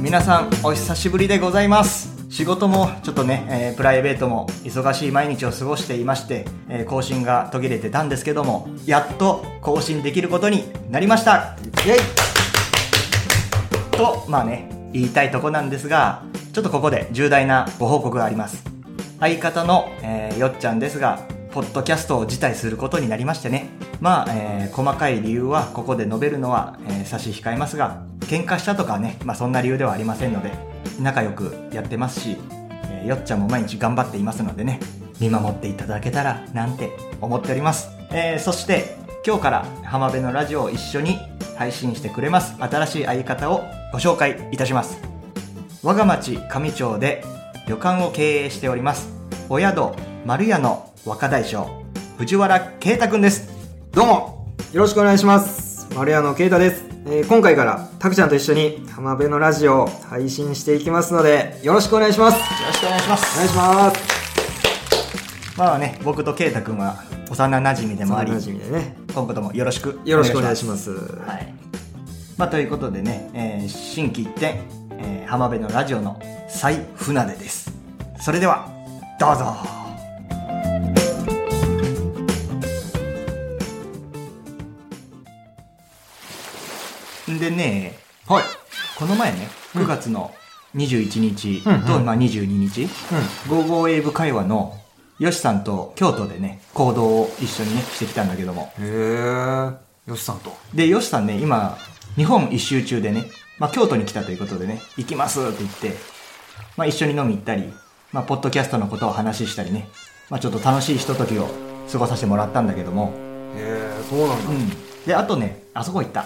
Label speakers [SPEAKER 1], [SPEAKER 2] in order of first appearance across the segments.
[SPEAKER 1] 皆さんお久しぶりでございます仕事もちょっとね、えープライベートも忙しい毎日を過ごしていまして、えー更新が途切れてたんですけどもやっと更新できることになりましたイエイとまあね言いたいとこなんですがちょっとここで重大なご報告があります相方の、えーよっちゃんですがポッドキャストを辞退することになりましてねまあ、えー細かい理由はここで述べるのは、えー差し控えますが喧嘩したとかね、まあ、そんな理由ではありませんので仲良くやってますし、えーよっちゃんも毎日頑張っていますのでね見守っていただけたらなんて思っております、えーそして今日から浜辺のラジオを一緒に配信してくれます新しい相方をご紹介いたします我が町上町で旅館を経営しておりますお宿丸屋の若大将藤原啓太くんです
[SPEAKER 2] どうもよろしくお願いします丸屋の啓太です、えー今回からたくちゃんと一緒に浜辺のラジオを配信していきますのでよろしくお願いします
[SPEAKER 1] よろしくお願いしま
[SPEAKER 2] お
[SPEAKER 1] す
[SPEAKER 2] 願いします
[SPEAKER 1] まあね僕と啓太くんは幼馴染でもあり
[SPEAKER 2] おなじみでね
[SPEAKER 1] 今後ともよろしく
[SPEAKER 2] よろしくお願いします
[SPEAKER 1] はいまあ、ということでね、えー新規一転、えー浜辺のラジオの再船出ですそれではどうぞでね
[SPEAKER 2] はい
[SPEAKER 1] この前ね9月の21日と、
[SPEAKER 2] うんうん
[SPEAKER 1] まあ、22日「ゴーゴー英語会話」のよしさんと京都でね行動を一緒にねしてきたんだけども
[SPEAKER 2] うんへえよしさんと
[SPEAKER 1] で、ヨシさんね、今、日本一周中でね、まあ、京都に来たということでね、行きますって言って、まあ、一緒に飲み行ったり、まあ、ポッドキャストのことを話したりね、まあ、ちょっと楽しいひとときを過ごさせてもらったんだけども、
[SPEAKER 2] へえそうなんだ
[SPEAKER 1] うん。で、あとね、あそこ行った。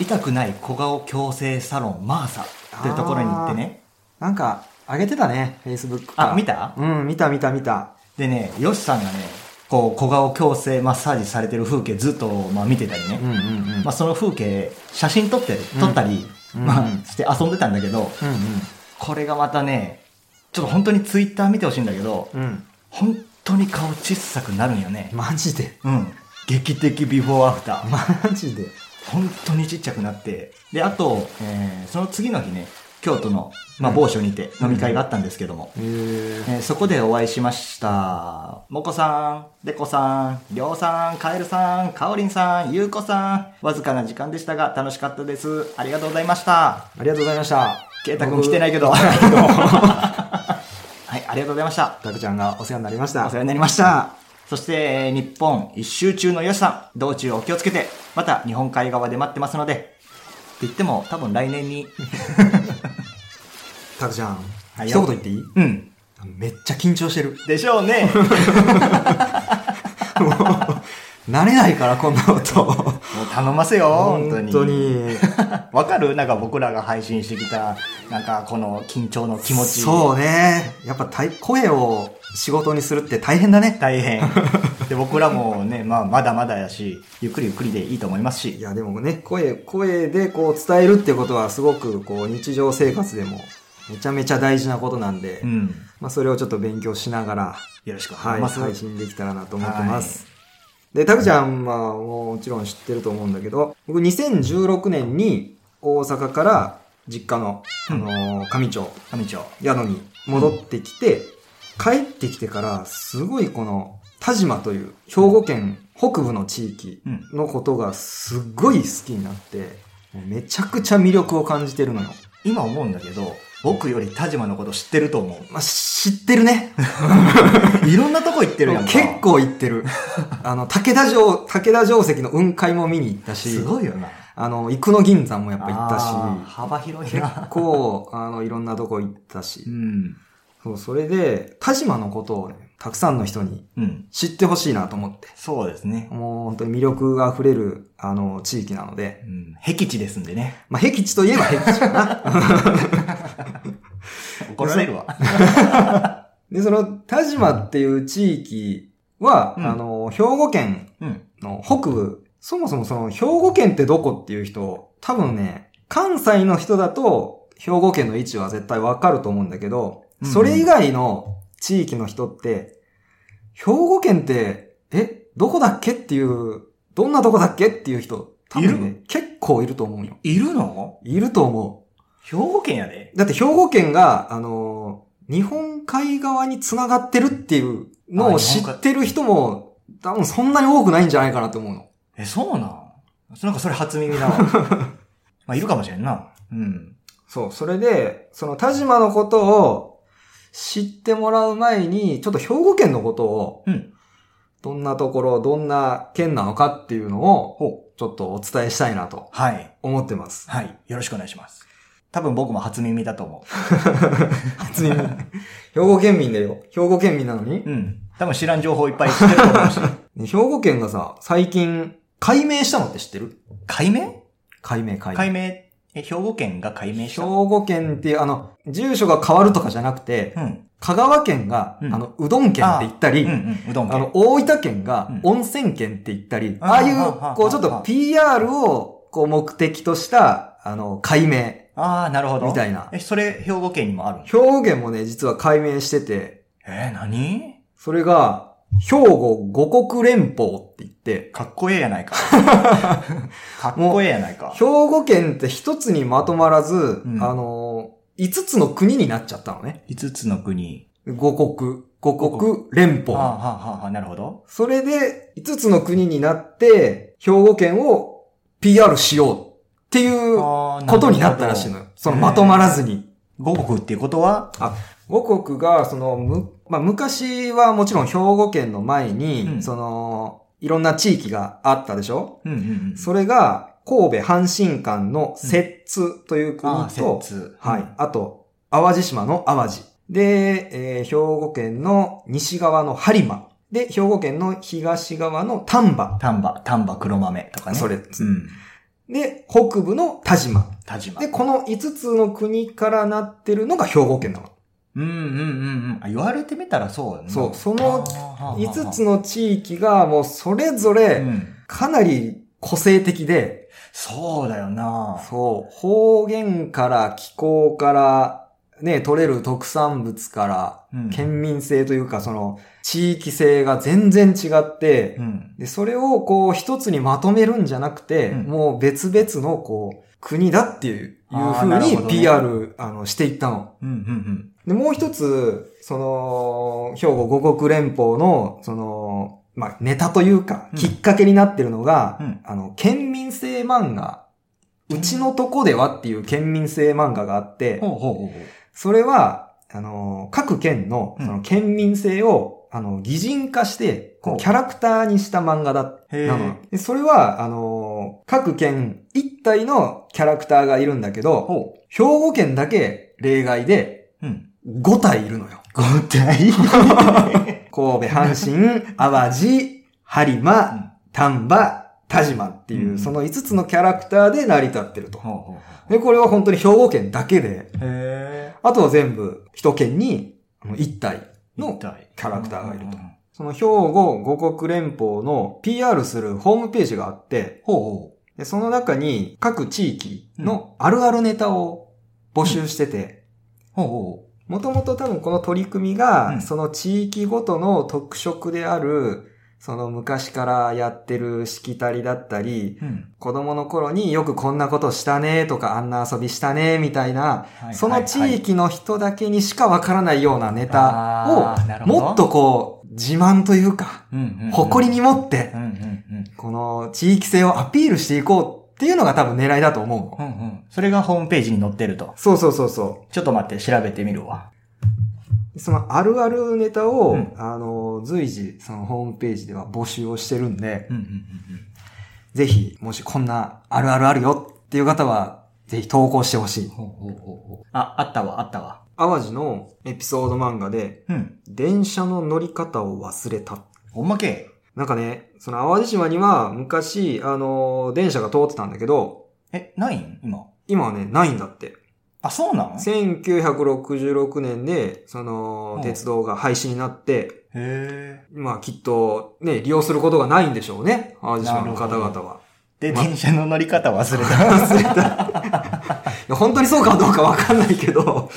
[SPEAKER 1] 痛くない小顔矯正サロンマーサっていうところに行ってね。
[SPEAKER 2] なんかあげてたねフェイスブック
[SPEAKER 1] あ、見た
[SPEAKER 2] うん見た見た見た
[SPEAKER 1] でね、ヨシさんがね、こう、小顔矯正マッサージされてる風景ずっと、まあ、見てたりね。
[SPEAKER 2] うんうん
[SPEAKER 1] まあ、その風景、写真撮って、撮ったり、
[SPEAKER 2] うん
[SPEAKER 1] ま
[SPEAKER 2] うん
[SPEAKER 1] あ、して遊んでたんだけど、
[SPEAKER 2] う
[SPEAKER 1] これがまたね、ちょっと本当にツイッター見てほしいんだけど、
[SPEAKER 2] んうんうん
[SPEAKER 1] 本当に顔小さくなるんよね。
[SPEAKER 2] マジで
[SPEAKER 1] うん。劇的ビフォーアフター。
[SPEAKER 2] マジで
[SPEAKER 1] 本当にちっちゃくなって。で、あと、えーその次の日ね、京都の、まあ、
[SPEAKER 2] うん
[SPEAKER 1] 某所にて飲み会があったんですけども、
[SPEAKER 2] へえ
[SPEAKER 1] えーそこでお会いしました。もこさん、でこさん、りょうさん、かえるさん、かおりんさん、ゆうこさん。わずかな時間でしたが楽しかったです。ありがとうございました。
[SPEAKER 2] ありがとうございました
[SPEAKER 1] ケイタ君来てないいけど。 はい、ありがとうございました。
[SPEAKER 2] たくちゃんがお世話になりました
[SPEAKER 1] お世話になりました。そして、えー日本一周中のヨシさん、道中お気をつけて、また日本海側で待ってますので、って言っても多分来年に、
[SPEAKER 2] たくちゃん、
[SPEAKER 1] はい
[SPEAKER 2] 一言言っていい
[SPEAKER 1] うん、
[SPEAKER 2] めっちゃ緊張してる。
[SPEAKER 1] でしょうね。
[SPEAKER 2] もう慣れないから、こんなこと。
[SPEAKER 1] もう頼ますよ、本当に。
[SPEAKER 2] 本当に。
[SPEAKER 1] わかるなんか僕らが配信してきた、なんかこの緊張の気持ち。
[SPEAKER 2] そうね。やっぱ大声を仕事にするって大変だね。
[SPEAKER 1] 大 変。で、僕らもね、まあ、まだまだやし、ゆっくりゆっくりでいいと思いますし
[SPEAKER 2] い。や、でもね、声、声でこう伝えるってことはすごくこう日常生活でもめちゃめちゃ大事なことなんで、
[SPEAKER 1] うん。
[SPEAKER 2] まあそれをちょっと勉強しながら、
[SPEAKER 1] よろしくお願い
[SPEAKER 2] は
[SPEAKER 1] し
[SPEAKER 2] い、
[SPEAKER 1] ます。
[SPEAKER 2] 配信できたらなと思ってます。で、タクちゃんはもちろん知ってると思うんだけど、僕2016年に大阪から実家の、あのー上町、
[SPEAKER 1] 上町。
[SPEAKER 2] 宿に戻ってきて、帰ってきてから、すごいこの、田島という兵庫県北部の地域
[SPEAKER 1] うん。
[SPEAKER 2] のことがすっごい好きになって、もうめちゃくちゃ魅力を感じてるのよ。
[SPEAKER 1] 今思うんだけど、僕より田島のこと知ってると思う。
[SPEAKER 2] まあ、知ってるね。
[SPEAKER 1] いろんなとこ行ってるやんか。
[SPEAKER 2] 結構行っ てる。あの、武田城、武田城跡の雲海も見に行ったし、
[SPEAKER 1] すごいよな。
[SPEAKER 2] あの、生野銀山もやっぱ行った
[SPEAKER 1] あー
[SPEAKER 2] し、
[SPEAKER 1] 幅広い
[SPEAKER 2] 結
[SPEAKER 1] な。
[SPEAKER 2] 構、あの、いろんなとこ行ったし、
[SPEAKER 1] うん。
[SPEAKER 2] そう、それで、田島のことをね、たくさんの人に
[SPEAKER 1] うん。
[SPEAKER 2] 知ってほしいなと思って、
[SPEAKER 1] そうですね。
[SPEAKER 2] もう本当に魅力が溢れる、あの、地域なの
[SPEAKER 1] う
[SPEAKER 2] で、
[SPEAKER 1] ん。僻地ですんでね。
[SPEAKER 2] まあ、僻地といえば 僻地かな。
[SPEAKER 1] 怒られるわ。
[SPEAKER 2] で、その、田島っていう地域は、
[SPEAKER 1] うん
[SPEAKER 2] あの、兵庫県
[SPEAKER 1] うん。
[SPEAKER 2] の北部、そもそもその、兵庫県ってどこっていう人、多分ね、関西の人だと、兵庫県の位置は絶対わかると思うんだけど、
[SPEAKER 1] うん
[SPEAKER 2] それ以外の地域の人って、兵庫県って、え、どこだっけっていう、どんなとこだっけっていう人、多分ね、結構いると思うよ。
[SPEAKER 1] いるの
[SPEAKER 2] いると思う。
[SPEAKER 1] 兵庫県やで。
[SPEAKER 2] だって兵庫県が、あのー日本海側に繋がってるっていうのを
[SPEAKER 1] あ日
[SPEAKER 2] 知
[SPEAKER 1] 本海
[SPEAKER 2] ってる人も、多分そんなに多くないんじゃないかなと思うの。
[SPEAKER 1] え、そうなんなんかそれ初耳 だわ。まあ、いるかもしれんな。うん。
[SPEAKER 2] そう、それで、その田島のことを知ってもらう前に、ちょっと兵庫県のことを、
[SPEAKER 1] うん
[SPEAKER 2] どんなところ、どんな県なのかっていうのを、
[SPEAKER 1] ほう。
[SPEAKER 2] ちょっとお伝えしたいなと
[SPEAKER 1] はい。
[SPEAKER 2] 思ってます。
[SPEAKER 1] はい。よろしくお願いします。多分僕も初耳だと思
[SPEAKER 2] 初耳。 兵庫県民だよ。兵庫県民なのに
[SPEAKER 1] う。う、ん。多分知らん情報いっぱい知ってると思 うし。
[SPEAKER 2] で兵庫県がさ、最近、解明したのって知ってる
[SPEAKER 1] 解明
[SPEAKER 2] 解明、解明。
[SPEAKER 1] 解明、え、兵庫県が解明した
[SPEAKER 2] 兵庫県っていう、あの、住所が変わるとかじゃなくて、
[SPEAKER 1] うん。
[SPEAKER 2] 香川県が、
[SPEAKER 1] うん
[SPEAKER 2] あの、うどん県って言った
[SPEAKER 1] う
[SPEAKER 2] り、
[SPEAKER 1] んうん。うどん
[SPEAKER 2] あ
[SPEAKER 1] 県
[SPEAKER 2] の、。大分県が
[SPEAKER 1] うん
[SPEAKER 2] 温泉県って言ったり、
[SPEAKER 1] あ
[SPEAKER 2] ああい
[SPEAKER 1] はあはあ
[SPEAKER 2] う、こうちょっ
[SPEAKER 1] はあ
[SPEAKER 2] と PR をこう目的とした、あの、解明
[SPEAKER 1] ああ、なるほど。
[SPEAKER 2] みたいな。
[SPEAKER 1] え、それ、兵庫県にもあるの
[SPEAKER 2] 兵庫県もね、実は解明してて、
[SPEAKER 1] えー、何
[SPEAKER 2] それが、兵庫五国連邦って言って、
[SPEAKER 1] かっこええや ないか。かっこええやないか
[SPEAKER 2] 兵。庫県って一つにまとまらず、
[SPEAKER 1] うん
[SPEAKER 2] あの、五つの国になっちゃったのね。
[SPEAKER 1] 5つの国。
[SPEAKER 2] 五国、五国連
[SPEAKER 1] はあ、は
[SPEAKER 2] 邦。
[SPEAKER 1] あはあ、なるほど。
[SPEAKER 2] それで、五つの国になって、兵庫県を PR しようっていう
[SPEAKER 1] あー
[SPEAKER 2] ことになったらしいの。よ。そのまとまらずに。
[SPEAKER 1] 五国っていうことは、
[SPEAKER 2] 五国が、その、む、まあ、昔はもちろん兵庫県の前に、
[SPEAKER 1] うん
[SPEAKER 2] その、いろんな地域があったでしょ、
[SPEAKER 1] うんうんうん。
[SPEAKER 2] それが、神戸阪神間の摂津という
[SPEAKER 1] あ
[SPEAKER 2] 国
[SPEAKER 1] あ、
[SPEAKER 2] と、
[SPEAKER 1] 節。
[SPEAKER 2] はい。あと、淡路島の淡路。で、えー兵庫県の西側の播磨。で、兵庫県の東側の丹波。
[SPEAKER 1] 丹波、丹波黒豆とかね。
[SPEAKER 2] それ、
[SPEAKER 1] うん。
[SPEAKER 2] で、北部の田島。
[SPEAKER 1] 田島。
[SPEAKER 2] で、この5つの国からなってるのが兵庫県なの。
[SPEAKER 1] うんうんうんうんあ。言われてみたらそうやな
[SPEAKER 2] そうその5つ
[SPEAKER 1] の、
[SPEAKER 2] の地域がもうそれぞ
[SPEAKER 1] う
[SPEAKER 2] れ
[SPEAKER 1] ん
[SPEAKER 2] かなり個性的で、
[SPEAKER 1] そうだよな。
[SPEAKER 2] そう、方言から気候から、ね、取れる特産物から、
[SPEAKER 1] うん
[SPEAKER 2] 県民性というかその地域性が全然違って、
[SPEAKER 1] うん。
[SPEAKER 2] で、それをこう一つにまとめるんじゃなくて、
[SPEAKER 1] うん
[SPEAKER 2] もう別々のこう国だっていういう
[SPEAKER 1] あー
[SPEAKER 2] 風
[SPEAKER 1] なるほ
[SPEAKER 2] に
[SPEAKER 1] どね
[SPEAKER 2] PR、あのしていったの。
[SPEAKER 1] うんうんうん。
[SPEAKER 2] で、もう一つ、その、兵庫五国連邦の、その、まあ、ネタというか
[SPEAKER 1] う、ん
[SPEAKER 2] きっかけになってるのが、
[SPEAKER 1] うん
[SPEAKER 2] あの、県民性漫画、うちのとこではっていう県民性漫画があって
[SPEAKER 1] ほう、ほうほうほう。
[SPEAKER 2] それは、あの、各県の、
[SPEAKER 1] うん
[SPEAKER 2] その県民性を、あの、擬人化して、こ
[SPEAKER 1] ほ
[SPEAKER 2] う、
[SPEAKER 1] う
[SPEAKER 2] キャラクターにした漫画だ、
[SPEAKER 1] へ
[SPEAKER 2] なの。でそれは、あの、各県一体のキャラクターがいるんだけど、
[SPEAKER 1] ほ
[SPEAKER 2] 兵庫県だけ例外で、
[SPEAKER 1] う。うん。
[SPEAKER 2] 5体いるのよ。
[SPEAKER 1] 五 体
[SPEAKER 2] 神戸、阪神、淡路、播
[SPEAKER 1] う
[SPEAKER 2] 磨
[SPEAKER 1] ん、
[SPEAKER 2] 丹波、田島っていう、
[SPEAKER 1] うん
[SPEAKER 2] その5つのキャラクターで成り立ってると。
[SPEAKER 1] ほうほうほ
[SPEAKER 2] で、これは本当に兵庫県だけで、
[SPEAKER 1] う。へ
[SPEAKER 2] あとは全部、一県に1体
[SPEAKER 1] え。
[SPEAKER 2] の
[SPEAKER 1] 一、体
[SPEAKER 2] キャラクターがいると
[SPEAKER 1] うんうんうん
[SPEAKER 2] その兵庫五国連邦の PR するホームページがあって、
[SPEAKER 1] ほうほ
[SPEAKER 2] でその中に各地域のあるあるネタを募集してて、
[SPEAKER 1] う。ほうほ
[SPEAKER 2] もともと多分この取り組み
[SPEAKER 1] う
[SPEAKER 2] が、
[SPEAKER 1] ん
[SPEAKER 2] その地域ごとの特色である、その昔からやってるしきたりだったり、
[SPEAKER 1] う。うん。
[SPEAKER 2] 子供の頃によくこんなことしたねとか、あんな遊びしたねみたいな、
[SPEAKER 1] はい
[SPEAKER 2] その地域の人だけにしかわからないようなネタ
[SPEAKER 1] あーなる
[SPEAKER 2] を、
[SPEAKER 1] ほど
[SPEAKER 2] もっとこう、自慢というか、誇り
[SPEAKER 1] に。
[SPEAKER 2] に持って
[SPEAKER 1] う、んうんうん。
[SPEAKER 2] この地域性をアピールしていこうっていうのが多分狙いだと思うの。
[SPEAKER 1] うんうん。それがホームページに載ってると。
[SPEAKER 2] そうそうそうそう。
[SPEAKER 1] ちょっと待って、調べてみるわ。
[SPEAKER 2] そのあるあるネタを、
[SPEAKER 1] うん
[SPEAKER 2] あの、随時、そのホームページでは募集をしてるんで、
[SPEAKER 1] うんうんうん
[SPEAKER 2] ぜひ、もしこんなあるあるあるよっていう方は、ぜひ投稿してほしい
[SPEAKER 1] うん。。ほうほうほうほう。あ、あったわ、あったわ。
[SPEAKER 2] 淡路のエピソード漫画で、
[SPEAKER 1] うん。
[SPEAKER 2] 電車の乗り方を忘れた。
[SPEAKER 1] ほんまけ。
[SPEAKER 2] なんかね、その淡路島には昔、あの、電車が通ってたんだけど、
[SPEAKER 1] え、ないん今。
[SPEAKER 2] 今はね、ないんだって。
[SPEAKER 1] あ、そうなんへ
[SPEAKER 2] 1966年で、その
[SPEAKER 1] う、ん
[SPEAKER 2] 鉄道が廃止になって、
[SPEAKER 1] え。
[SPEAKER 2] まあきっとね、利用することがないんでしょうね。淡路島の方々は。
[SPEAKER 1] で、
[SPEAKER 2] ま
[SPEAKER 1] 電車の乗り方忘れた。
[SPEAKER 2] 忘れた。いや本当にそうかどうかわかんない けど、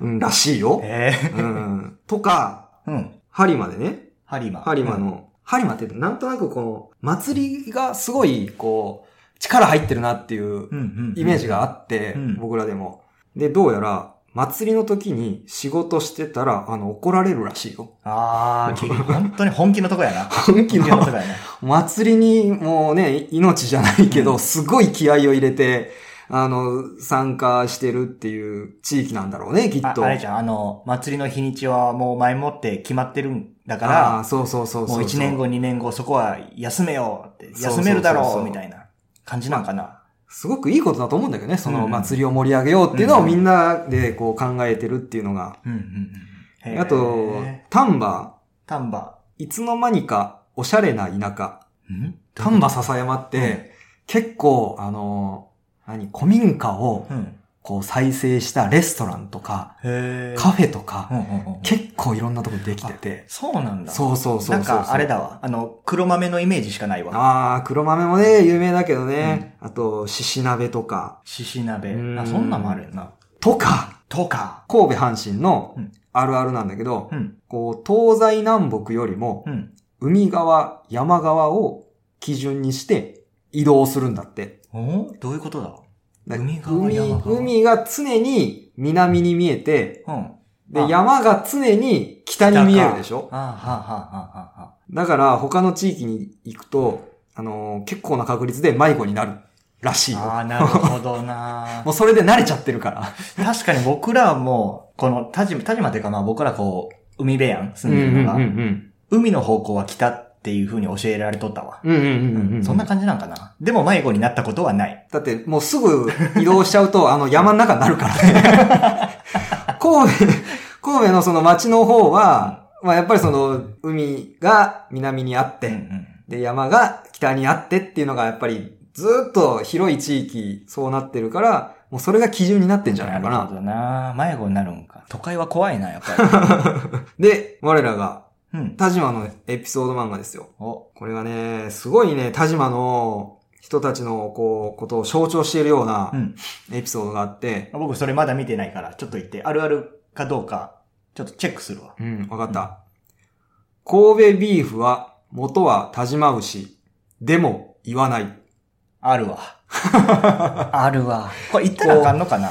[SPEAKER 2] うん、らしいよ。
[SPEAKER 1] へ え。
[SPEAKER 2] うん。とか、
[SPEAKER 1] うん。
[SPEAKER 2] 播磨でね、
[SPEAKER 1] ハリマ。
[SPEAKER 2] 播磨。の、播磨ってなんとなくこの、祭りがすごい、こう、力入ってるなっていう
[SPEAKER 1] うんうん。
[SPEAKER 2] イメージがあって、
[SPEAKER 1] うん
[SPEAKER 2] 僕らでも。で、どうやら、祭りの時に仕事してたら、あの、怒られるらしいよ。
[SPEAKER 1] ああ、結局本当に本気のとこやな。
[SPEAKER 2] 本気
[SPEAKER 1] 本気のとこ
[SPEAKER 2] の、
[SPEAKER 1] やな。
[SPEAKER 2] 祭りにもうね、命じゃないけど、すごい気合を入れて、あの、参加してるっていう地域なんだろうね、きっ
[SPEAKER 1] あ
[SPEAKER 2] と。
[SPEAKER 1] あれじゃん、あの、祭りの日にちはもう前もって決まってるんだか
[SPEAKER 2] あー
[SPEAKER 1] ら、
[SPEAKER 2] そうそうそうそう。
[SPEAKER 1] もう1年後、2年後、そこは休めようって、
[SPEAKER 2] そうそうそうそう
[SPEAKER 1] 休めるだろうみたいな感じなんかな。
[SPEAKER 2] すごくいいことだと思うんだけどね、その
[SPEAKER 1] うん
[SPEAKER 2] 祭りを盛り上げようっていうの
[SPEAKER 1] う
[SPEAKER 2] を
[SPEAKER 1] ん
[SPEAKER 2] みんなでこう考えてるっていうのが。
[SPEAKER 1] うんうんうんへー
[SPEAKER 2] あと、丹波、
[SPEAKER 1] 丹波。
[SPEAKER 2] いつの間にかおしゃれな田舎。
[SPEAKER 1] ん
[SPEAKER 2] 丹波篠山って、結構、あの、何、古民家を
[SPEAKER 1] うん。
[SPEAKER 2] こう再生したレストランとか、
[SPEAKER 1] へ
[SPEAKER 2] カフェとか、
[SPEAKER 1] うんうんうん
[SPEAKER 2] 結構いろんなとこできてて。
[SPEAKER 1] そうなんだ。
[SPEAKER 2] そうそうそうそう。
[SPEAKER 1] なんかあれだわ。あの、黒豆のイメージしかないわ。
[SPEAKER 2] あー黒豆もね、有名だけどね。あと、しし鍋とか、
[SPEAKER 1] しし鍋。
[SPEAKER 2] うん
[SPEAKER 1] あ、そんなんもあるよな。
[SPEAKER 2] とか、
[SPEAKER 1] とか。
[SPEAKER 2] 神戸阪神の
[SPEAKER 1] うん
[SPEAKER 2] あるあるなんだけど、
[SPEAKER 1] うん。
[SPEAKER 2] こう、東西南北よりも、
[SPEAKER 1] うん。
[SPEAKER 2] 海側、山側を基準にして移動するんだって。
[SPEAKER 1] おどういうことだ
[SPEAKER 2] だ
[SPEAKER 1] 海側山側
[SPEAKER 2] 海が常に南に見えて、
[SPEAKER 1] うん。
[SPEAKER 2] で、
[SPEAKER 1] あ
[SPEAKER 2] 山が常に北に見えるでしょ
[SPEAKER 1] あはあはあはあは
[SPEAKER 2] だから他の地域に行くと、あのー結構な確率で迷子になるらしいよ。
[SPEAKER 1] あ。ああー、なるほどな
[SPEAKER 2] もうそれで慣れちゃってるから。
[SPEAKER 1] 確かに僕らも、この、田島、田島っていうかまあ僕らこう、海辺やん、住んでるのが、
[SPEAKER 2] ん。
[SPEAKER 1] 海の方向は北っていう風に教えられとったわ。
[SPEAKER 2] うんうんうんうん。
[SPEAKER 1] そんな感じなんかな。でも迷子になったことはない。
[SPEAKER 2] だってもうすぐ移動しちゃうと、あの山の中になるからね。 神戸、神戸のその町の方は、まあやっぱりその海が南にあっ
[SPEAKER 1] うんう
[SPEAKER 2] て、
[SPEAKER 1] ん
[SPEAKER 2] で山が北にあってっていうのがやっぱりずっと広い地域そうなってるから、もうそれが基準になってんじゃないか
[SPEAKER 1] る
[SPEAKER 2] な
[SPEAKER 1] ほ。どな迷子になるんか。都会は怖いな、やっぱ
[SPEAKER 2] で、我らが
[SPEAKER 1] り。うん。
[SPEAKER 2] 田島のエピソード漫画ですよ。
[SPEAKER 1] お、
[SPEAKER 2] これはね、すごいね、田島の人たちのこう、ことを象徴しているような
[SPEAKER 1] うん。
[SPEAKER 2] エピソードがあって、
[SPEAKER 1] 僕それまだ見てないから、ちょっと言って、あるあるかどうか、ちょっとチェックするわ。
[SPEAKER 2] うん、わかった。神戸ビーフは、元は田島牛。でも、言わない。
[SPEAKER 1] あるわ。 あるわ。これ言ったらあかんのかな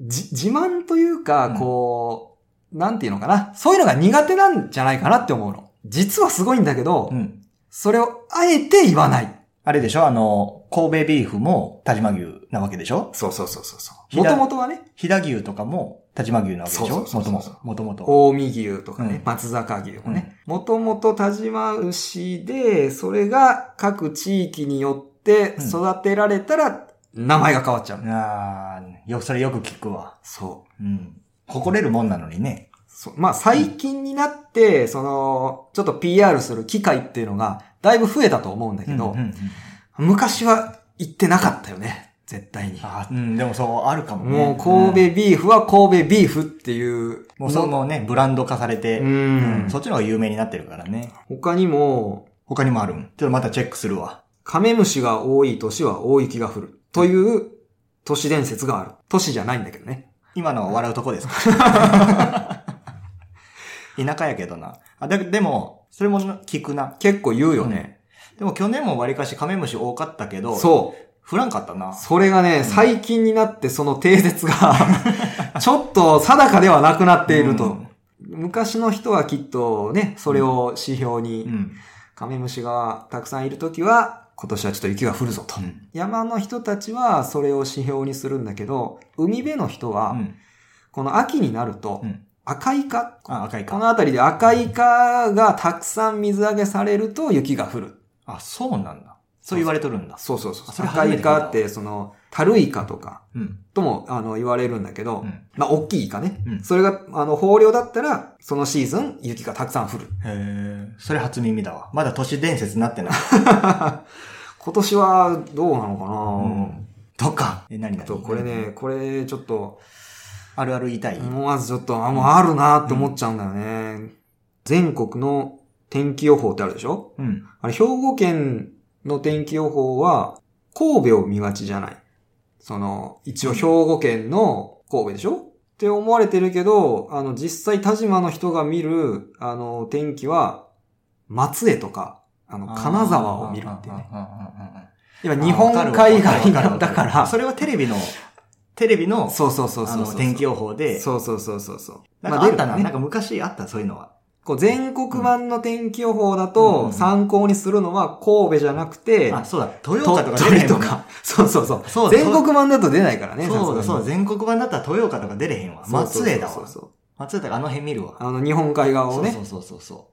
[SPEAKER 2] じ、自慢というか、
[SPEAKER 1] うん
[SPEAKER 2] こう、なんていうのかな。そういうのが苦手なんじゃないかなって思うの。実はすごいんだけど、
[SPEAKER 1] うん。
[SPEAKER 2] それをあえて言わない。
[SPEAKER 1] あれでしょあの、神戸ビーフも田島牛なわけでしょ
[SPEAKER 2] そうそうそうそうそう。
[SPEAKER 1] ひ
[SPEAKER 2] も
[SPEAKER 1] だ
[SPEAKER 2] ともとはね、
[SPEAKER 1] 飛騨牛とかも田島牛なわけでし
[SPEAKER 2] そう
[SPEAKER 1] ょ
[SPEAKER 2] そ
[SPEAKER 1] も
[SPEAKER 2] うそ
[SPEAKER 1] と
[SPEAKER 2] う
[SPEAKER 1] も
[SPEAKER 2] そう
[SPEAKER 1] と。もともと。
[SPEAKER 2] 近江牛とかね、
[SPEAKER 1] うん
[SPEAKER 2] 松坂牛もね。もともと田島牛で、それが各地域によって
[SPEAKER 1] うん
[SPEAKER 2] 育てられたら、名前が変わっちゃう。
[SPEAKER 1] あーよ、それよく聞くわ。
[SPEAKER 2] そう。
[SPEAKER 1] うん。誇れるもんなのにね。
[SPEAKER 2] そうまあ最近になって、その、ちょっと PR する機会っていうのが、だいぶ増えたと思うんだけ
[SPEAKER 1] う
[SPEAKER 2] ど、
[SPEAKER 1] んうんうん
[SPEAKER 2] 昔は行ってなかったよね。絶対に。
[SPEAKER 1] あーうん、でもそう、あるかもね。
[SPEAKER 2] もう神戸ビーフは神戸ビーフっていう。
[SPEAKER 1] もうそのね、ブランド化されて、
[SPEAKER 2] う
[SPEAKER 1] うん
[SPEAKER 2] ん。
[SPEAKER 1] そっちの方が有名になってるからね。
[SPEAKER 2] 他にも、
[SPEAKER 1] 他にもあるん。ちょっとまたチェックするわ。
[SPEAKER 2] カメムシが多い年は大雪が降る。という都市伝説がある。都市じゃないんだけどね。
[SPEAKER 1] 今のは笑うとこ ですか田舎やけどな。あ、だでも、それも聞くな。
[SPEAKER 2] 結構言うよね。
[SPEAKER 1] でも去年もわりかしカメムシ多かったけど、う。
[SPEAKER 2] そう。
[SPEAKER 1] 降らんかったな。
[SPEAKER 2] それがね、最近になってその定 説が、ちょっと定かではなくなっていると。
[SPEAKER 1] うん
[SPEAKER 2] 昔の人はきっとね、それを指標
[SPEAKER 1] う
[SPEAKER 2] に、
[SPEAKER 1] ん。
[SPEAKER 2] カメムシがたくさんいるときは、今年はちょっと雪が降るぞと。
[SPEAKER 1] うん
[SPEAKER 2] 山の人たちはそれを指標にするんだけど、海辺の人
[SPEAKER 1] う
[SPEAKER 2] は、
[SPEAKER 1] ん。
[SPEAKER 2] この秋になると
[SPEAKER 1] うん、
[SPEAKER 2] 赤イカ、
[SPEAKER 1] あ、赤い
[SPEAKER 2] こ
[SPEAKER 1] か。
[SPEAKER 2] の辺りで赤イカがたくさん水揚げされると雪が降る。
[SPEAKER 1] あ、そうなんだ。そう言われとるんだ。
[SPEAKER 2] そうそうそう。
[SPEAKER 1] あそれ
[SPEAKER 2] 赤
[SPEAKER 1] 初め
[SPEAKER 2] イ
[SPEAKER 1] て聞いた
[SPEAKER 2] カって、その、タルイカとか、
[SPEAKER 1] うん。
[SPEAKER 2] とも、あの、言われるんだけど、
[SPEAKER 1] うん
[SPEAKER 2] まあ、大きいイカね。
[SPEAKER 1] うん
[SPEAKER 2] それが、あの、豊漁だったら、そのシーズン、雪がたくさん降る。
[SPEAKER 1] へえ、それ初耳だわ。まだ都市伝説になってない。
[SPEAKER 2] 今年はどうなのか
[SPEAKER 1] うんとか。え、何だ
[SPEAKER 2] な、とこれね、これちょっと、
[SPEAKER 1] あるある言いたい。
[SPEAKER 2] 思わずちょっと、あ、もうあるなって思っちゃうんだよね。全国の天気予報ってあるでしょ
[SPEAKER 1] うん。
[SPEAKER 2] あれ、兵庫県の天気予報は、神戸を見がちじゃない。その、一応兵庫県の神戸でしょって思われてるけど、あの、実際田島の人が見る、あの、天気は、松江とか、あの、金沢を見るっていうね。
[SPEAKER 1] あー。あーあーあーあー
[SPEAKER 2] 今、日本海
[SPEAKER 1] わか
[SPEAKER 2] 外
[SPEAKER 1] るわ
[SPEAKER 2] な
[SPEAKER 1] かる
[SPEAKER 2] んだから、
[SPEAKER 1] それはテレビのテレビの、
[SPEAKER 2] そうそうそう
[SPEAKER 1] あ
[SPEAKER 2] そう
[SPEAKER 1] の、
[SPEAKER 2] そう。
[SPEAKER 1] 天気予報で、
[SPEAKER 2] そうそうそうそうそう。
[SPEAKER 1] なんかあった
[SPEAKER 2] ま
[SPEAKER 1] な、な
[SPEAKER 2] 出る
[SPEAKER 1] ん
[SPEAKER 2] ね
[SPEAKER 1] か昔あった、そういうのは。
[SPEAKER 2] こう全国版の天気予報だ
[SPEAKER 1] うんうんう
[SPEAKER 2] と
[SPEAKER 1] ん
[SPEAKER 2] 参考にするのは神戸じゃなくて、
[SPEAKER 1] あ、そうだ、
[SPEAKER 2] と
[SPEAKER 1] 豊岡とか
[SPEAKER 2] 鳥
[SPEAKER 1] 出れへん
[SPEAKER 2] と
[SPEAKER 1] もんな
[SPEAKER 2] か。そうそうそう。
[SPEAKER 1] そうだ
[SPEAKER 2] 全国版だと出ないからね。
[SPEAKER 1] そうだ、そうだ、
[SPEAKER 2] だ。
[SPEAKER 1] 全国版だったら豊岡とか出れへんわ。松江だ
[SPEAKER 2] そう
[SPEAKER 1] わ
[SPEAKER 2] そう。そう
[SPEAKER 1] 松江とかあの辺見るわ。
[SPEAKER 2] あの、日本海側
[SPEAKER 1] そ
[SPEAKER 2] を
[SPEAKER 1] う
[SPEAKER 2] ね。
[SPEAKER 1] そうそうそうそ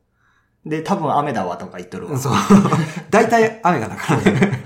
[SPEAKER 1] う。で、多分雨だわとか言っとるわ。
[SPEAKER 2] そう。 大体雨がだからね。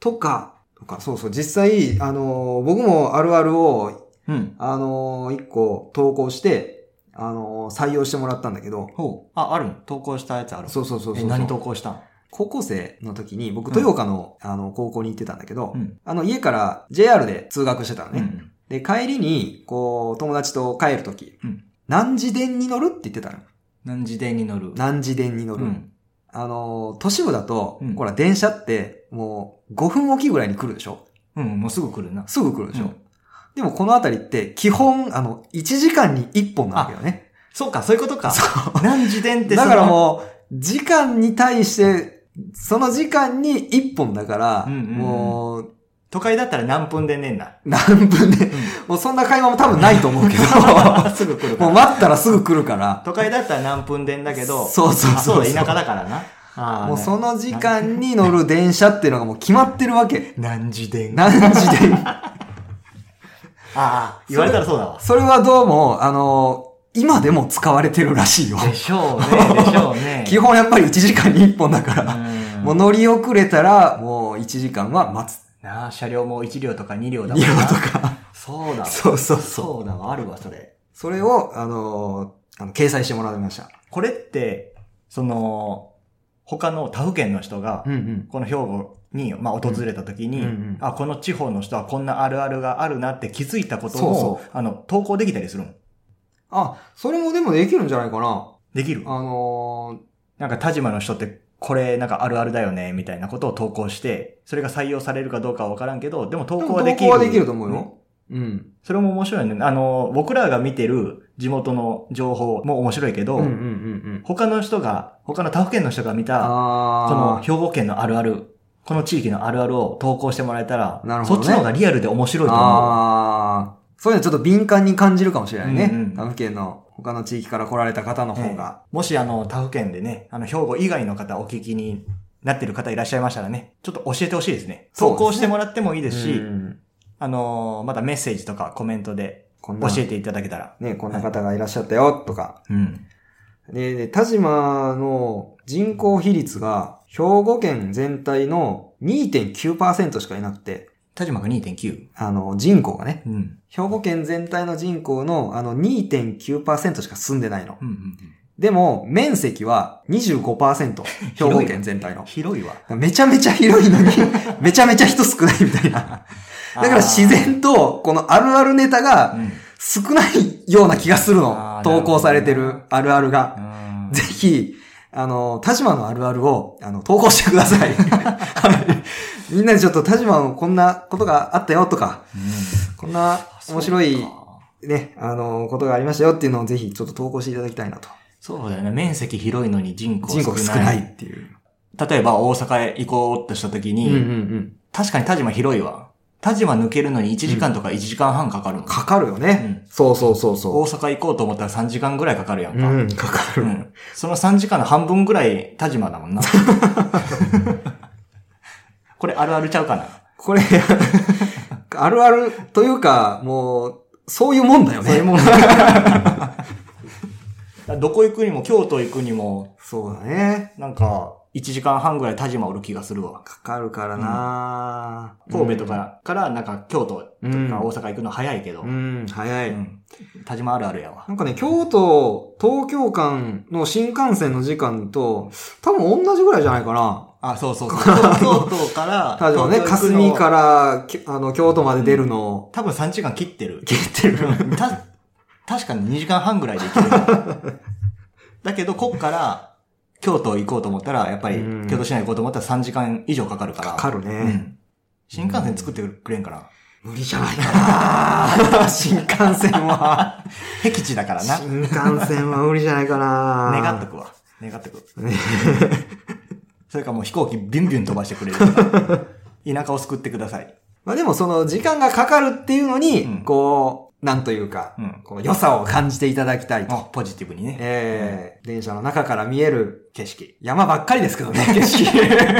[SPEAKER 2] とか、とか、そうそう。実際、あのー、僕もあるあるを、
[SPEAKER 1] うん。
[SPEAKER 2] あのー、一個投稿して、あのー、採用してもらったんだけど、
[SPEAKER 1] ほう。あ、あるん投稿したやつある。
[SPEAKER 2] そうそうそうそう。
[SPEAKER 1] え、何投稿したん
[SPEAKER 2] 高校生の時に、僕、
[SPEAKER 1] うん
[SPEAKER 2] 豊岡の、あの、高校に行ってたんだけど、
[SPEAKER 1] うん
[SPEAKER 2] あの、家から JR で通学してたの
[SPEAKER 1] う
[SPEAKER 2] ね。
[SPEAKER 1] ん。
[SPEAKER 2] で、帰りに、こう、友達と帰る時、
[SPEAKER 1] うん
[SPEAKER 2] 何時電に乗るって言ってたの。
[SPEAKER 1] 何時電に乗る
[SPEAKER 2] 何時電に乗
[SPEAKER 1] う
[SPEAKER 2] る。
[SPEAKER 1] ん。
[SPEAKER 2] あの、都市部だと、
[SPEAKER 1] うん
[SPEAKER 2] ほら、電車って、もう、5分おきぐらいに来るでしょ
[SPEAKER 1] うん、もうすぐ来るな。
[SPEAKER 2] すぐ来るでし
[SPEAKER 1] う
[SPEAKER 2] ょ、
[SPEAKER 1] ん
[SPEAKER 2] でも、この辺りって、基本、あの、1時間に1本なわけよね。
[SPEAKER 1] そうか、そういうことか。
[SPEAKER 2] そう
[SPEAKER 1] 何時電って
[SPEAKER 2] だからもう、時間に対して、その時間に1本だから、
[SPEAKER 1] うんうんうん
[SPEAKER 2] もう、
[SPEAKER 1] う、都会だったら何分でねえんだ。
[SPEAKER 2] 何分で、
[SPEAKER 1] う
[SPEAKER 2] もうそんな会話も多分ないと思 うけど、
[SPEAKER 1] ん。すぐ来るか
[SPEAKER 2] もう
[SPEAKER 1] ら。
[SPEAKER 2] 待ったらすぐ来るから。
[SPEAKER 1] 都会だったら何分でんだけど、
[SPEAKER 2] そうそう
[SPEAKER 1] あそ
[SPEAKER 2] そうう。
[SPEAKER 1] だ、田舎だからな。ああ。
[SPEAKER 2] もうその時間に乗る電車っていうのがもう決まってるわけ。
[SPEAKER 1] 何時電あ
[SPEAKER 2] 何時 で。
[SPEAKER 1] あ、言われたらそうだわ。
[SPEAKER 2] それはどうも、あの今でも使われてるらしいよ。
[SPEAKER 1] でしょうね、でしょう ね。
[SPEAKER 2] 基本やっぱり1時間に1本だから。
[SPEAKER 1] うん
[SPEAKER 2] もう乗り遅れたら、もう1時間は待つ。
[SPEAKER 1] なあ、車両も1両とか2両だ
[SPEAKER 2] 2
[SPEAKER 1] もんな
[SPEAKER 2] 両とか。
[SPEAKER 1] そうだわ。
[SPEAKER 2] そうそうそう。
[SPEAKER 1] そうだわ、あるわ、それ。
[SPEAKER 2] それを、あのあの、掲載してもらいました。
[SPEAKER 1] これって、その、他の他府県の人が
[SPEAKER 2] う、ん
[SPEAKER 1] この兵庫に、まあ、訪れた時に、
[SPEAKER 2] うんうん
[SPEAKER 1] あ、この地方の人はこんなあるあるがあるなって気づいたことを、
[SPEAKER 2] そうそ
[SPEAKER 1] あの、投稿できたりするもん。
[SPEAKER 2] あ、それもでもできるんじゃないかな。
[SPEAKER 1] できる
[SPEAKER 2] あの
[SPEAKER 1] なんか、田島の人って、これ、なんかあるあるだよね、みたいなことを投稿して、それが採用されるかどうかはわからんけど、でも投
[SPEAKER 2] 投
[SPEAKER 1] 稿
[SPEAKER 2] 稿
[SPEAKER 1] はできる。
[SPEAKER 2] はできると思う
[SPEAKER 1] ね
[SPEAKER 2] よ。うん。
[SPEAKER 1] それも面白いね。あの、僕らが見てる地元の情報も面白いけど、
[SPEAKER 2] うんうんうん。
[SPEAKER 1] 他の人が、他の他府県の人が見た、この
[SPEAKER 2] あ
[SPEAKER 1] 兵庫県のあるある、この地域のあるあるを投稿してもらえたら、
[SPEAKER 2] なるほど
[SPEAKER 1] そっ
[SPEAKER 2] ね
[SPEAKER 1] ちの方がリアルで面白いと思う。
[SPEAKER 2] あーそういうのちょっと敏感に感じるかもしれないね。
[SPEAKER 1] うんうん
[SPEAKER 2] 他府県の他の地域から来られた方の方が。
[SPEAKER 1] もしあの、他府県でね、あの、兵庫以外の方お聞きになってる方いらっしゃいましたらね、ちょっと教えてほしいですね。
[SPEAKER 2] そう
[SPEAKER 1] 投稿
[SPEAKER 2] ですね
[SPEAKER 1] してもらってもいいですし、
[SPEAKER 2] うん
[SPEAKER 1] あのーまだメッセージとかコメントで
[SPEAKER 2] こん
[SPEAKER 1] 教
[SPEAKER 2] な、
[SPEAKER 1] えていただけたら。
[SPEAKER 2] ね、こんな方がいらっしゃったよ、とか。
[SPEAKER 1] うん。
[SPEAKER 2] で、で田島の人口比率が兵庫県全体の2.9%しかいなくて、
[SPEAKER 1] 田島が2.9。
[SPEAKER 2] あの、人口がね。
[SPEAKER 1] うん。うん
[SPEAKER 2] 兵庫県全体の人口のあの2.9%しか住んでないの。
[SPEAKER 1] うんうん。
[SPEAKER 2] でも、面積は25%。兵 庫県全体の。
[SPEAKER 1] 広いわ。
[SPEAKER 2] めちゃめちゃ広いのに、 めちゃめちゃ人少ないみたいな。だから自然と、このあるあるネタ
[SPEAKER 1] あー。
[SPEAKER 2] が
[SPEAKER 1] うん
[SPEAKER 2] 少ないような気がする
[SPEAKER 1] あ
[SPEAKER 2] の
[SPEAKER 1] ー。
[SPEAKER 2] 投稿されてるあるあるが。
[SPEAKER 1] うん
[SPEAKER 2] ぜひ、あの、田島のあるあるを、あの、投稿してく ださい。はいみんなでちょっと田島のこんなことがあったよとか、こんな面白い
[SPEAKER 1] そうか
[SPEAKER 2] ね、あの、ことがありましたよっていうのをぜひちょっと投稿していただきたいなと。
[SPEAKER 1] そうだよね。面積広いのに人口少な
[SPEAKER 2] 人
[SPEAKER 1] い。
[SPEAKER 2] 口少ないっていう。
[SPEAKER 1] 例えば大阪へ行こうとした時
[SPEAKER 2] うん
[SPEAKER 1] に、
[SPEAKER 2] うんうん。
[SPEAKER 1] 確かに田島広いわ。田島抜けるのに1時間とか1時間半かかるもん
[SPEAKER 2] かかるよね。そうそうそうそ
[SPEAKER 1] 大
[SPEAKER 2] う。
[SPEAKER 1] 阪行こうと思ったら3時間ぐらいかかるやんか。
[SPEAKER 2] うん、かか
[SPEAKER 1] う
[SPEAKER 2] る。
[SPEAKER 1] んその3時間の半分ぐらい田島だもんな。 これあるあるちゃうかな。
[SPEAKER 2] これ、あるあるというか、もう、そういうもんだよね。そういうもん
[SPEAKER 1] どこ行くにも、京都行くにも、
[SPEAKER 2] そうだね。
[SPEAKER 1] なんか、1時間半ぐらい田島おる気がするわ。
[SPEAKER 2] かかるからな、
[SPEAKER 1] 神戸とかから、なんか京都とか大阪行くの早いけど、
[SPEAKER 2] うん。うん、早い。
[SPEAKER 1] うん田島あるあるやわ
[SPEAKER 2] な。んかね、京都、東京間の新幹線の時間と、多分同じぐらいじゃないかな。
[SPEAKER 1] あ、そうそうそう。京都 から、
[SPEAKER 2] 多分ね、
[SPEAKER 1] 東京行くの
[SPEAKER 2] 霞から、きあの、京都まで出るの、
[SPEAKER 1] 多分3時間切ってる。
[SPEAKER 2] 切ってる。
[SPEAKER 1] た、確かに2時間半ぐらいで行ける。 だけど、こっから、京都行こうと思ったら、やっぱり
[SPEAKER 2] う、ん
[SPEAKER 1] 京都市内行こうと思ったら3時間以上かかるから。
[SPEAKER 2] かかるね。
[SPEAKER 1] うん新幹線作ってくれん から。
[SPEAKER 2] 無理じゃないかな新幹線 は。
[SPEAKER 1] 僻地だからな。
[SPEAKER 2] 新幹線は無理じゃないかな
[SPEAKER 1] 願っとくわ。願っと く。
[SPEAKER 2] ね
[SPEAKER 1] それかもう飛行機ビュンビュン飛ばしてくれるから。田舎を救ってください。
[SPEAKER 2] まあでもその時間がかかるっていうのに、
[SPEAKER 1] うん
[SPEAKER 2] こう、なんというか、
[SPEAKER 1] うん。
[SPEAKER 2] この良さを感じていただきたいと。
[SPEAKER 1] あ、ポジティブにね。
[SPEAKER 2] えー電車の中から見える景色。山ばっかりですけどね、景色。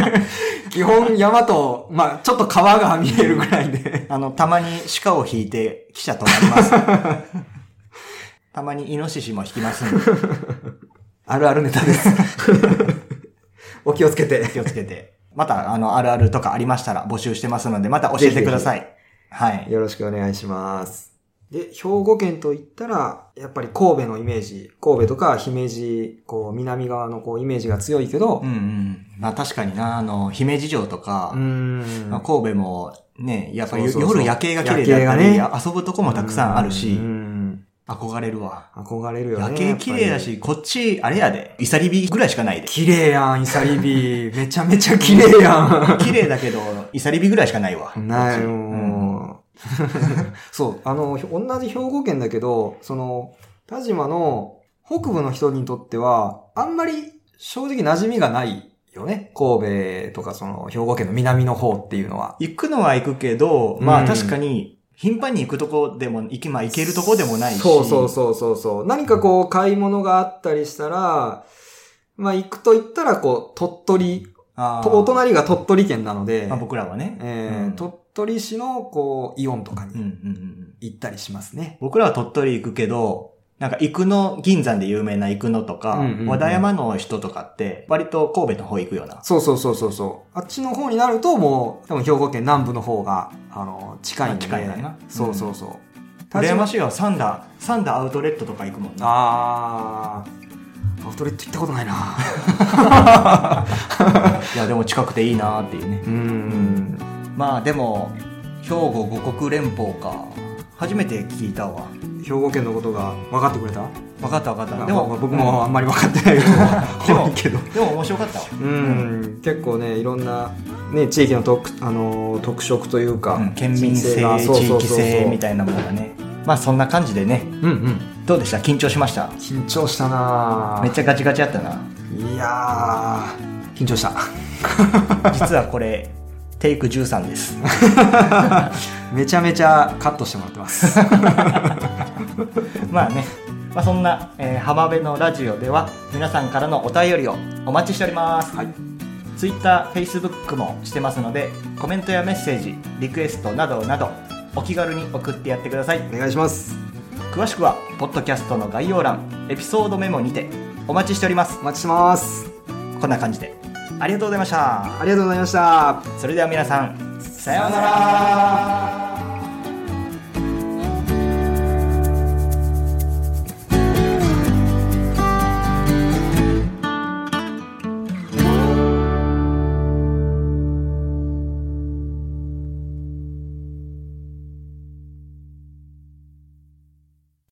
[SPEAKER 2] 基本山と、まあちょっと川が見えるぐらいで。
[SPEAKER 1] あの、たまに鹿を引いて汽車止まります。 たまにイノシシも引きますんで、
[SPEAKER 2] あるあるネタです。 お気をつけて。
[SPEAKER 1] 気をつけて。また、あの、あるあるとかありましたら募集してますので、また教えてください。はい。
[SPEAKER 2] よろしくお願いします。で、兵庫県といったら、やっぱり神戸のイメージ、神戸とか姫路、こう、南側のこう、イメージが強いけど
[SPEAKER 1] うん、うん。まあ確かにな、あの、姫路城とか、
[SPEAKER 2] うーん。
[SPEAKER 1] まあ、神戸もね、やっぱり
[SPEAKER 2] そうそうそう
[SPEAKER 1] 夜夜景が綺麗だったり、
[SPEAKER 2] 夜景が
[SPEAKER 1] 遊ぶとこもたくさんあるし
[SPEAKER 2] う、ん
[SPEAKER 1] 憧れるわ。
[SPEAKER 2] 憧れるよね。
[SPEAKER 1] 夜景綺麗だ
[SPEAKER 2] やっぱり。
[SPEAKER 1] し、こっち、あれやで、イサリビぐらいしかないで。
[SPEAKER 2] 綺麗やん、イサリビー。めちゃめちゃ綺 麗や
[SPEAKER 1] 綺麗だけど、イサリビぐらいしかないわ。
[SPEAKER 2] ん。ないよ、
[SPEAKER 1] うん
[SPEAKER 2] そう、あの、ひ同じ兵庫県だけど、その、田島の北部の人にとっては、あんまり正直馴染みがないよね。神戸とかその兵庫県の南の方っていうのは。
[SPEAKER 1] 行くのは行くけど、ま
[SPEAKER 2] う
[SPEAKER 1] あ
[SPEAKER 2] ん
[SPEAKER 1] 確かに、頻繁に行くとこでも、行け、まあ行けるとこでもないし。
[SPEAKER 2] そうそうそうそうそう。何かこう、買い物があったりしたら、まあ行くと言ったらこう、鳥取、
[SPEAKER 1] あー
[SPEAKER 2] とお隣が鳥取県なので、
[SPEAKER 1] まあ僕らはね。
[SPEAKER 2] えー
[SPEAKER 1] うん
[SPEAKER 2] 鳥取市のこう、イオンとか
[SPEAKER 1] うんうんうん
[SPEAKER 2] に
[SPEAKER 1] うん。
[SPEAKER 2] 行ったりしますね。
[SPEAKER 1] 僕らは鳥取行くけど、なんか、行くの、銀山で有名な行くのとか、
[SPEAKER 2] うんうんうん
[SPEAKER 1] 和田山の人とかって、割と神戸の方行くような。
[SPEAKER 2] そうそうそうそうそう。あっちの方になるともう、多分兵庫県南部の方が、あの、近いんで。
[SPEAKER 1] 近いんだな
[SPEAKER 2] そうそうそう。
[SPEAKER 1] 羨ま
[SPEAKER 2] しい。
[SPEAKER 1] しいよ、サンダー、サンダーアウトレットとか行くもんな。
[SPEAKER 2] あー、アウトレット行ったことないな
[SPEAKER 1] いや、でも近くていいなーっていうね
[SPEAKER 2] う。ん。
[SPEAKER 1] まあでも、兵庫五国連邦か。初めて聞いたわ。
[SPEAKER 2] 兵庫県のことが分かってくれた
[SPEAKER 1] 分かった分かった。
[SPEAKER 2] で
[SPEAKER 1] で
[SPEAKER 2] も
[SPEAKER 1] も、
[SPEAKER 2] 僕もあんまり分かってないけ ど
[SPEAKER 1] も
[SPEAKER 2] 多いけど。
[SPEAKER 1] うん、でも面白かったわ。
[SPEAKER 2] うん、結構ねいろんな、ね、地域の特,、あのー特色というか、
[SPEAKER 1] うん県民性、
[SPEAKER 2] 人生が
[SPEAKER 1] 地域性み
[SPEAKER 2] い
[SPEAKER 1] たいなものがね。まあそんな感じでね。
[SPEAKER 2] な、うんうん、
[SPEAKER 1] どうでした緊張しました
[SPEAKER 2] 緊張したな
[SPEAKER 1] めっち
[SPEAKER 2] ゃ
[SPEAKER 1] ゃガチガチやった な。
[SPEAKER 2] いやー緊張した
[SPEAKER 1] 実はこれ、テイク13です。
[SPEAKER 2] めちゃめちゃカットしてもらってます
[SPEAKER 1] まあね。まあそんな、えー浜辺のラジオでは皆さんからのお便りをお待ちしております。
[SPEAKER 2] はい、
[SPEAKER 1] ツイッター、フェイスブックもしてますので、コメントやメッセージ、リクエストなどなど、お気軽に送ってやってください。
[SPEAKER 2] お願いします
[SPEAKER 1] 詳しくは、ポッドキャストの概要欄、エピソードメモにて、お待ちしております。
[SPEAKER 2] お待ちしてます
[SPEAKER 1] こんな感じで。ありがとうございました。
[SPEAKER 2] ありがとうございました
[SPEAKER 1] それでは皆さん、さようなら。
[SPEAKER 2] ら